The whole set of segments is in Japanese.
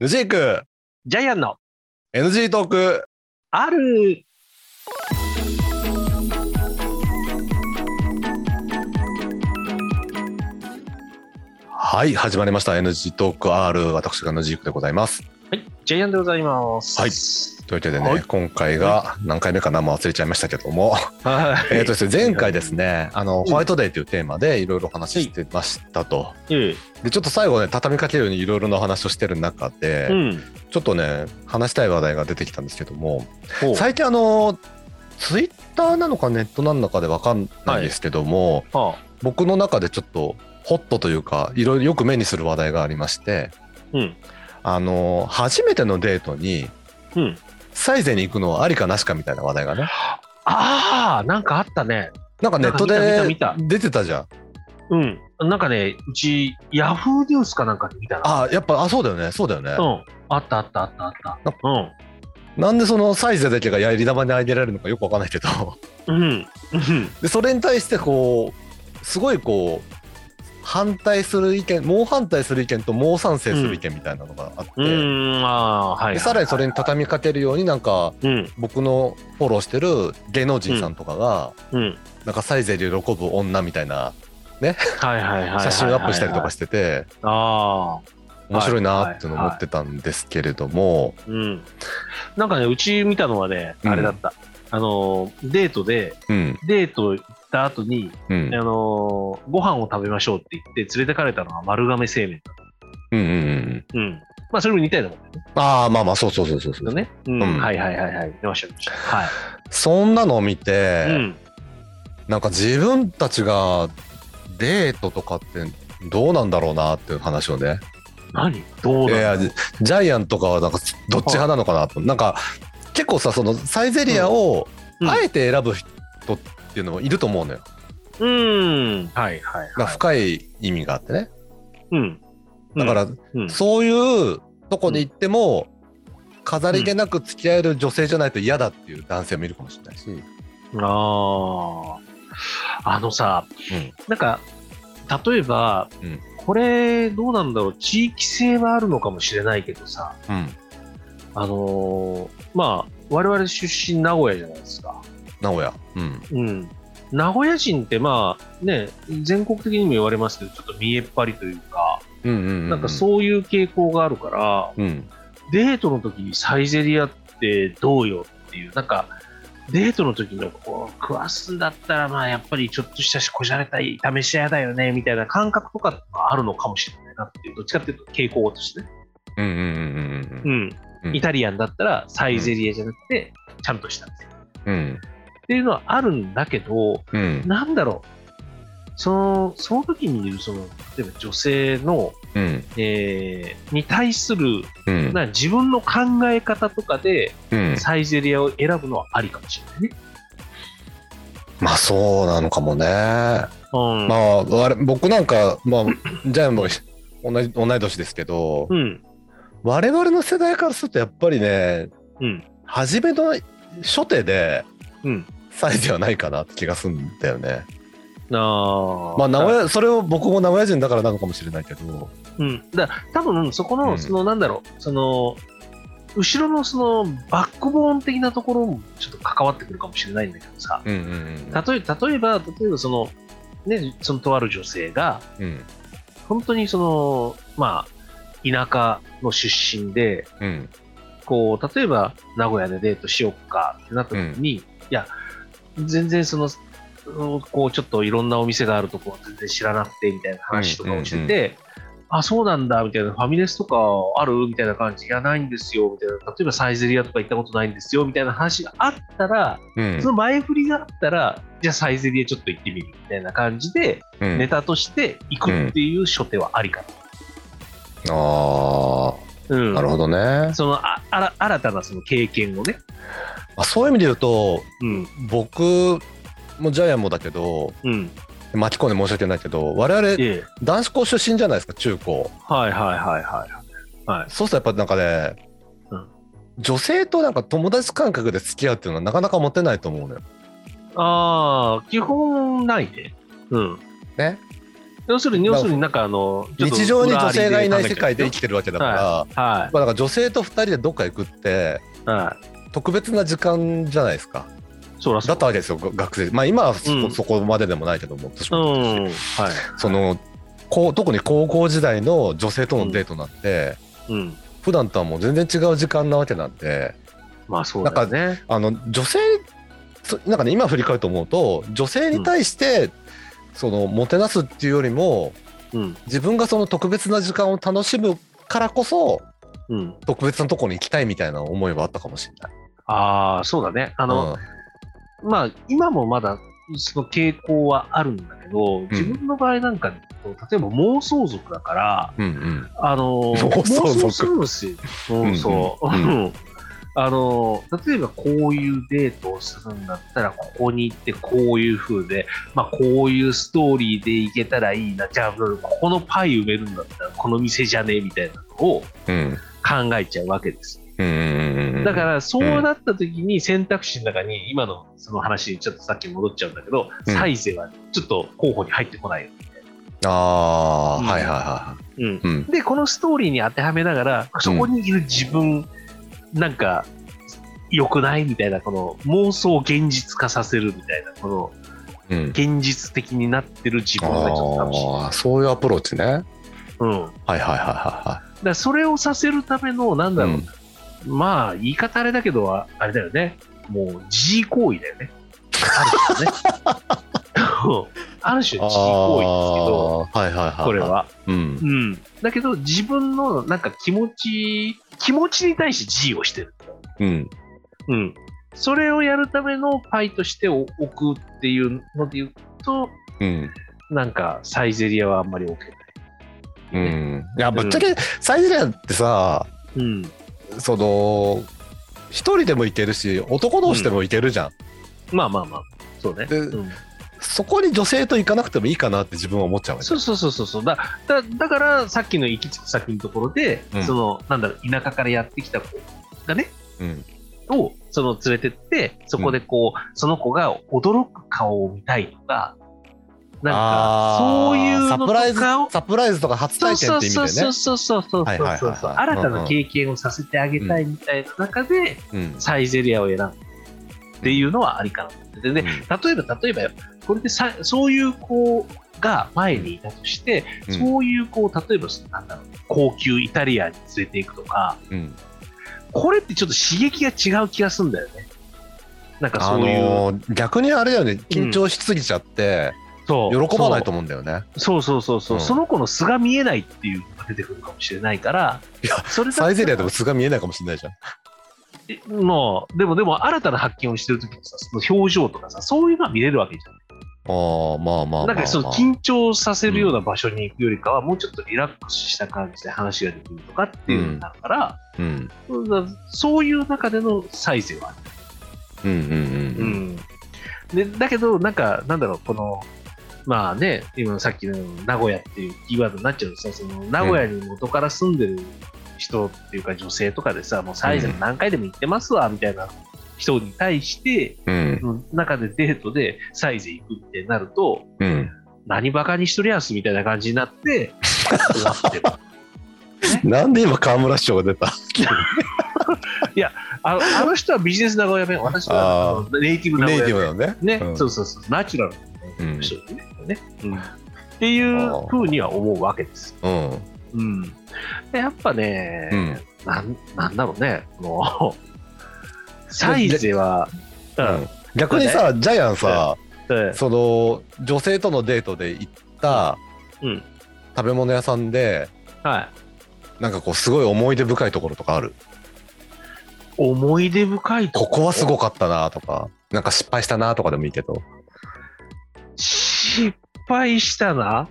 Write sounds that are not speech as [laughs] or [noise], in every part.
ヌジークジャイアンの NG トークあるはい始まりました NG トーク R 私がヌジークでございますはい、ジャイアンでございます。はいというわけでね、はい今回が何回目かなもう忘れちゃいましたけどもはい。えーとですね前回ですねあのんホワイトデーというテーマでいろいろお話ししてましたとえでちょっと最後ね畳みかけるようにいろいろなお話をしてる中で、えうん。ちょっとね話したい話題が出てきたんですけどもほう最近あのツイッターなのかネットなのかでわかんないですけども、は僕の中でちょっとホットというかいろいろよく目にする話題がありましてあ、うん。あの初めてのデートにうん。サイゼに行くのはありかなしかみたいな話題がねああ、なんかあったね。なんかネットなんかで見た見た出てたじゃんうん。なんかね、うち、ヤフーニュースかなんかで見たな。あやっぱあそうだよねそうだよね、うん。あったあったあったあった。なんでそのサイゼだけがやり玉にあげられるのかよくわかんないけど [laughs] うん。うん。うん。でそれに対してこうすごいこう反対する意見猛反対する意見と猛賛成する意見みたいなのがあって、うーん。ああ、はい。でさらにそれに畳みかけるようになんかうん。僕のフォローしてる芸能人さんとかが、うん。なんかサイゼで喜ぶ女みたいなはいはいはいはい。写真をアップしたりとかして。しててああ。面白いなーっていうのを思ってたんですけれどもうん。なんかね、うち見たのはね、あれだった。あの、デートで、うんデート行った後に、うんあのーご飯を食べましょうって言って連れてかれたのは丸亀製麺だ。うんうんうんうん。まあ、それも似たようなもんだああまあまあそうそうそうそうけそどうね。うん。うんはいはいはいはい。出ました、出ました。はい。そんなのを見て、うん。なんか自分たちがデートとかってどうなんだろうなっていう話をね何どういだやジジャイアンとかはなんかどっち派なのかなとなんか結構さそのサイゼリアをうんうんあえて選ぶ人っていうのもいると思うのよ、うーん。はいはいがはい。深い意味があってねうん。だからうん、そういうとこに行っても、飾り気なく付き合える女性じゃないと嫌だっていう男性もいるかもしれないし、ああ。あのさ、うんなんか、例えば、うんこれ、どうなんだろう。地域性はあるのかもしれないけどさ、うん、あのーまあ、我々出身名古屋じゃないですか。名古屋、うん、うん、名古屋人ってまあね全国的にも言われますけどちょっと見えっ張りというか、うんうんうんなんかそういう傾向があるからうん、うんデートの時にサイゼリアってどうよっていうなんかデートの時のこう食わすんだったらまあやっぱりちょっとしたしこじゃれたい試し合いだよねみたいな感覚とかがあるのかもしれないなっていうどっちかっていうと傾向としてね、うんうんううんんうんイタリアンだったらサイゼリアじゃなくてちゃんとした店っうんていうのはあるんだけど、うんなんだろう、その、その時にいる、その、例えば女性の、うんえーに対する、うんな自分の考え方とかで、うんサイゼリアを選ぶのはありかもしれないね。まあそうなのかもねまうん。あ我々僕なんかまあジャイアンも同じ同い年ですけど、うん。我々の世代からするとやっぱりねうん。初めの初手でうん。サイズはないかなって気がするんだよね。あまあ名古屋。屋それを僕も名古屋人だからなのかもしれないけど、うん。だ多分、そこうの、んその、なんだろう、その、後ろのそのバックボーン的なところもちょっと関わってくるかもしれないんだけどさ、うんうん例え例えば、例えばその、ね、そのとある女性が、うん本当にその、まあ、田舎の出身で、うんこう、例えば名古屋でデートしよっかってなった時に、いや、全然その、こう、ちょっといろんなお店があるとこは全然知らなくてみたいな話とかをしてて、あ、そうなんだみたいな、ファミレスとかあるみたいな感じがないんですよみたいな、例えばサイゼリアとか行ったことないんですよみたいな話があったら、うんその前振りがあったら、じゃあサイゼリアちょっと行ってみるみたいな感じで、うんネタとして行くっていう初手はありかなあうあんなるほどね、そのああら新たなその経験をね、あそういう意味で言うとうん僕もジャイアンもだけどうん、巻き込んで申し訳ないけど我々ええ、男子校出身じゃないですか中高はいはいはいはい、はい、そうするとやっぱなんかね、うん女性となんか友達感覚で付き合うっていうのはなかなか持てないと思うのよああ、基本ないね、うん、ね要するに、要するになんかあの、ちょっと日常に女性がいない世界で生ききてるわけだから、[laughs] はまあ、なんか女性と2人でどっか行くってい。は特別な時間じゃないですかい。そうらそだうったわけですよが学生まあ今はそ,、うんそこまででもないけども私うもん。はい。そのこう特に高校時代の女性とのデートなんて、うん。普段とはもう全然違う時間なわけなんでまあそうだよね。あの女性そなんかね今振り返ると思うと女性に対して、そのもてなすっていうよりもうん。自分がその特別な時間を楽しむからこそうん。特別なとこに行きたいみたいな思いはあったかもしれない。ああ、そうだね。ああの、まあ今もまだその傾向はあるんだけど、自分の場合なんかね、こう例えば妄想族だから、うんうんあのー、妄想族妄想するんですよ。妄想。うんうんあのー、例えばこういうデートをするんだったら、ここに行ってこういう風で、まあこういうストーリーで行けたらいいな。じゃあ、ここのパイ埋めるんだったら、この店じゃねえみたいなのをうん考えちゃうわけです。うんうんうんうんだから、そうなった時に選択肢の中に、今のその話にちょっとさっき戻っちゃうんだけど、うんサイゼはちょっと候補に入ってこないよ。ああ、うんはいはいはうんい。うん。で、このストーリーに当てはめながら、そこにいる自分、なんか、良くないみたいな、この妄想を現実化させるみたいな、このうん。現実的になってる自分がちょっと楽しい。ああ、そういうアプローチね。はいうん。だかはいはいはらそれをさせるための、なんいだはろい。う、うんまあ、言い方あれだけど、あれだよね。もう、自慰行為だよね。ある種ね。ある種、自慰行為ですけど、あーはいはいはい。これ。は。うんう。ん。だけど、自分の、なんか気持ち、気持ちに対して自慰をしてる。うん。うん。それをやるためのパイとして置くっていうので言うと、うん。なんか、サイゼリアはあんまり置けない。うん。いや、ぶっちゃけ、サイズレアってさ、うん。その、一人でも行けるし、男同士でも行けるじゃん。まあまあまあ。そうね。でうんそこに女性と行かなくてもいいかなって自分は思っちゃうわけそうそうそうそうそうだだだからさっきの行き着く先のところで、うんそのなんだろう田舎からやってきた子がねうん。をその連れてってそこでこう、その子が驚く顔を見たいとかなんかあーそういうのサとプライズかを、サプライズとか初そ体うそ験っうて意そう味でそうね。そうそうそうはいはいはいはい新たな経験をさせてあげたいみたいな中で、うん。サイゼリアを選ぶっていうのはありかなと思っててで、例えば例えばよこれでさそういう子が前にいたとして、うんそういうこう例えばなんだろう高級イタリアンに連れていくとかうん。これってちょっと刺激が違う気がするんだよねなんかあそういう、のー、逆にあれだよね、緊張しすぎちゃって、そう喜ばないと思うんだよね。そうそうそうそう、うんその子の素が見えないっていうのが出てくるかもしれないからいやそれだったらサイゼリアでも素が見えないかもしれな [laughs] いじゃん。えまあでもでも新たな発見をしてる時のさその表情とかさそういうのは見れるわけじゃんああ、まあまあまあまあ。なんかその緊張させるような場所に行くよりかは、もうちょっとリラックスした感じで話ができるとかっていうのになるから、うん。だそういう中でのサイズはあうんうんる、うんでだけど、なんか、なんだろう、この、まあね、今さっきの名古屋っていうキーワードになっちゃうんですよその名古屋に元から住んでる人っていうか女性とかでさ、もうサイズ何回でも行ってますわ、みたいな人に対して、うん。うん中でデートでサイズ行くってなると、うん。うん。何バカにしとりやすみたいな感じになって、 [laughs] なってるなんで今河村市長が出たあのあの人はビジネス名古屋弁、私あはあのネイティブ [laughs] 名ネイティ古ブ屋なのね。弁。ね、うんそうそうそう、ナチュラルうんな人ね。ねうんっていうふうには思うわけです。うん。うん、でやっぱね、うんなん、なんだろうね、もう、サイゼは、ううんん逆にさ、ジャイアンさ、うんその女性とのデートで行ったうん食べ物屋さんで、はい、なんかこう、すごい思い出深いところとかある。思い出深いとここはすい。ごかったなとか、なんか失敗したなとかでもいいけど、失敗したな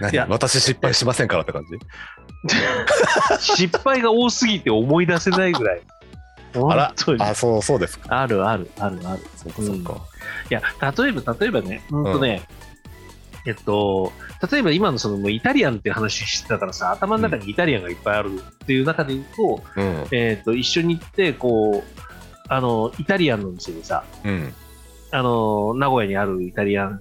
何いや私失敗しませんからって感じ。失敗が多すぎて思い出せないぐらい。あら本当 [laughs] にあ、そう、そうですか。あるあるあるある。そうか、そうか。いや、例えば、例えばね、うんとね、えっと、例えば今のそのもうイタリアンっていう話してたからさ、頭の中にイタリアンがいっぱいあるっていう中で言うと、うん。えっと、一緒に行って、こう、あの、イタリアンの店でさ、うん。あの、名古屋にあるイタリアンの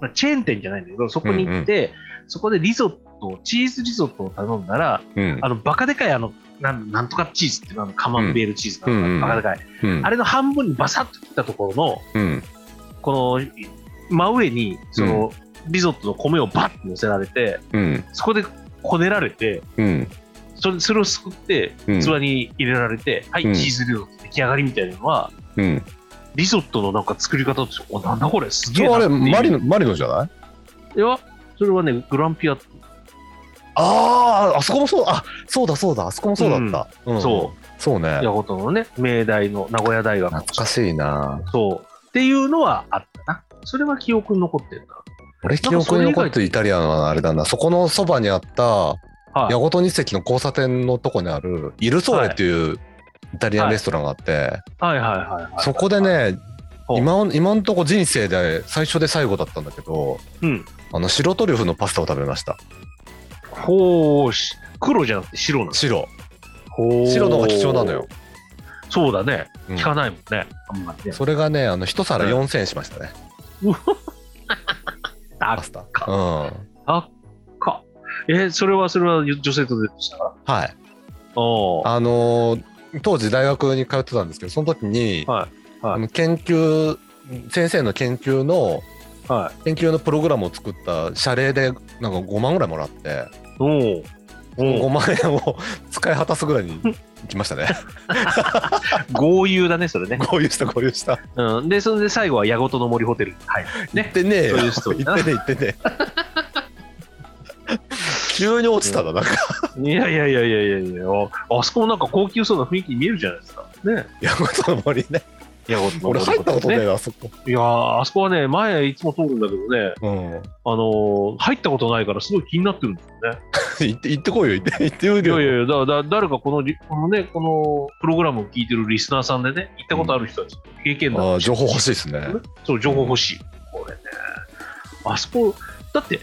まあ、チェーン店じゃないんだけど、そこに行って、そこでリゾットを、チーズリゾットを頼んだら、うんあの、バカでかい、あの、なんなんとかチーズっていうのあのカマンベールチーズかうんうんうんバカでかい。うんあれの半分にバサッと切ったところうんの、この、真上に、その、リゾットの米をバッと乗せられて、うんそこでこねられて、うんそれそれをすくって、うん器に入れられて、はい、うんチーズリゾット出来上がりみたいなのは、うんリゾットのなんか作り方として、おなんだこれ、すそげえれなあってれいう。マリノマリノじゃないいや、それはね、グランピア、あーあそこもそうあそうだそうだあそこもそうだった、うんそそうう、ねヤコトのね、明大の名古屋大学の懐かしいなそう。っていうのはあったな。それは記憶に残ってる俺記憶に残ってるイタリアンはあれだなそこのそばにあったな。はい。矢事日跡の交差点のとこにあるイルソーレっていうイタリアンレストランがあって、はいはいはいはい。そこでねほう今ん今んとこ人生で最初で最後だったんだけどうん。あの白トリュフのパスタを食べましたほうし、黒じゃなくて白なの。白ほう白の方が貴重なのよ。、そうだね。うん聞かないもんね。あんまりね。それがねあの一皿4000円しましたね、あパスタうんかはあか。えーそれは、それは女性とデートしたからいおーあのー当時大学に通ってたんですけどその時に、はい。はあい。の研究先生の研究のは研究のプログラムを作った謝礼でなんか5万ぐらいもらってい。おー5おー万円を [laughs] 使い果たすぐらいに行きま [laughs] したね豪遊だね、それね。合流した合流したうん。で、それで最後は、矢事の森ホテル。はい。 [laughs] 行ねってねえよそうい行う人ってねえ行ってねえ [laughs] 急に落ちたななんかいやいやいやいやいやいや、ああそこもなんか高級そうな雰囲気に見えるじゃないですか。ね。山本の森ねいや、こ俺入ったことないね。よあそこいやーあそこはね、前いつも通るんだけどね、うんあのー入ったことないからすごい気になってるんですよね。行って行ってこいよ行って行ってよいやいやいや、だだ誰かこのリこのね、このプログラムを聞いてるリスナーさんでね、行ったことある人たち、経験談あー情報欲しいですねそう、情報欲しい。これね。あそこ、だって、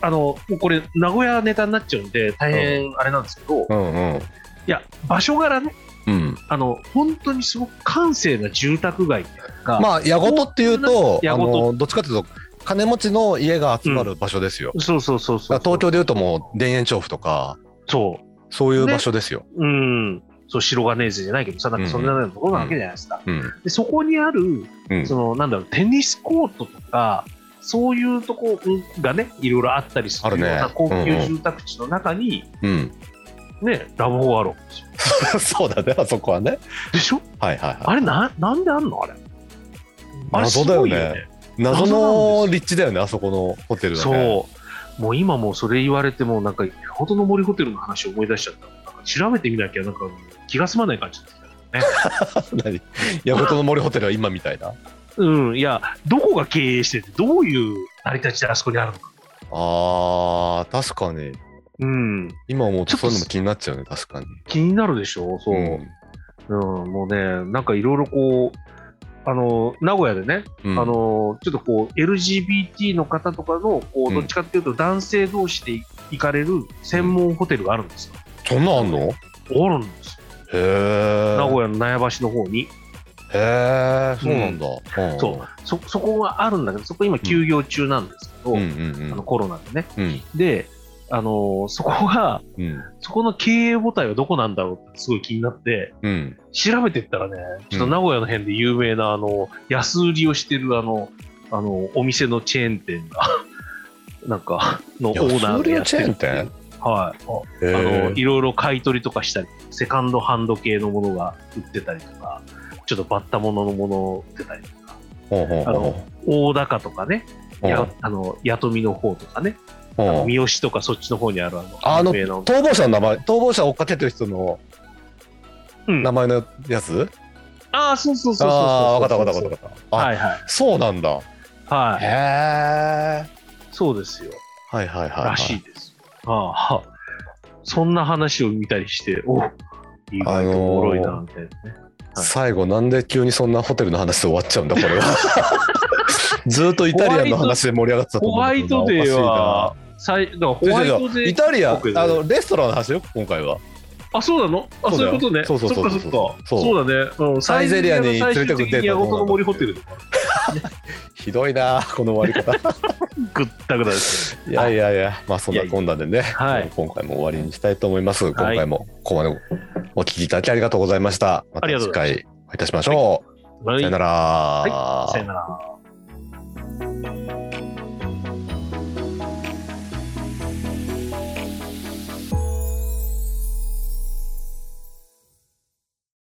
あの、もうこれ、名古屋ネタになっちゃうんで、大変あれなんですけど、いうんうんや、場所柄ね、うんあの、本当にすごく閑静な住宅街っていうか、まあ矢事っていうと矢あ事のどっちかというと金持ちの家が集まる場所ですよ、そうそうそうそう。だから東京でいうともう田園調布とかそそういう場所ですよ、う。うん。そう、白金井じゃないけどさ、なんかそんなようなところなわけじゃないですか。うんで、そこにある、うんその、なんだろう、テニスコートとか、そういうとこがね、いろいろあったりすあるるよねうな高うん級うん住宅地の中に、うん、 [laughs] ね、ラブホがあるわけですよ。そうだねあそこはねでしょはいはいはいあれな、なんであんのあれ。あれす謎だよごいねよね。謎謎のなん立地だよねあそこのホテルだねそう。もう今もうそれ言われても、なんか、ほどの森ホテルの話を思い出しちゃった。なんか調べてみなきゃ、なんか気が済まない感じだった。 [laughs] そう何ヤクルトの森ホテルは今みたいなうん、いや、どこが経営してて、どういう成り立ちであそこにあるのか。 [laughs] あー確かにうん、今思うちょとそういっとうのも気になっちゃうね確かに気になるでしょ、そう。うん、もうね、なんかいろいろこう、あの、名古屋でね、うんあの、ちょっとこう、LGBT の方とかの、こうう、んどっちかっていうと、男性同士で行かれる専門ホテルがあるんですよ。そんなんあんのへあるんですよ。え名古屋の苗場市の方に。へえそうなんだ、うん、そそ、そこがあるんだけど、そこ今休業中なんですけど、うんうんあのコロナでね。うんうんで、あの、そこが、うんそこの経営母体はどこなんだろうってすごい気になって、うん調べてったらね、ちょっと名古屋の辺で有名な、あの、安売りをしてるあの、あの、お店のチェーン店が、 [laughs] なんか、のオーナーがやってるっていう安売りのチェーンはい。へあーの、いろいろ買い取りとかしたり、セカンドハンド系のものが売ってたりとか、ちょっとバッタもののものを売ってたりとか、ほうほうあほの大高とかね、うやあの、八富の方とかうね、んうん三好とかそっちの方にあるあの、あの有名な逃亡者の名前逃亡者を追っかけてる人のうん名前のやつ、ああ、そうそうそうそうそう。ああ分かった分かった分かったあ、はいはい。そうなんだはい。へえそうですよ。はいはいはい、はらしいです。ああはあそんな話を見たりして、お意外とおもろいな、みたいなね。はい最後なんで急にそんなホテルの話で終わっちゃうんだこれは [laughs] ずーっとイタリアンの話で盛り上がってたとホ思ワうんイだけどトデーは、さいだからホなおかワしイいな違う違うトデイー、タリアン僕あのレストランの話よ今回はあ、そうなのあ、そうそうだいうよことね。そうそうそうそうそっかそっか。そうそうだね。うんサイゼリヤに最終的連れてくデータにヤゴトの森ホテル。 [laughs] ひどいなこの終わり方ぐったぐだですよ。いやいやいや、まあそんいなやいやこんなんでね、はい今回も終わりにしたいと思います。今はい回もここまでお聞きいただきありがとうございました。またありがとう次ござ回お会いいたしましょう。はさよなら。はいさよなら。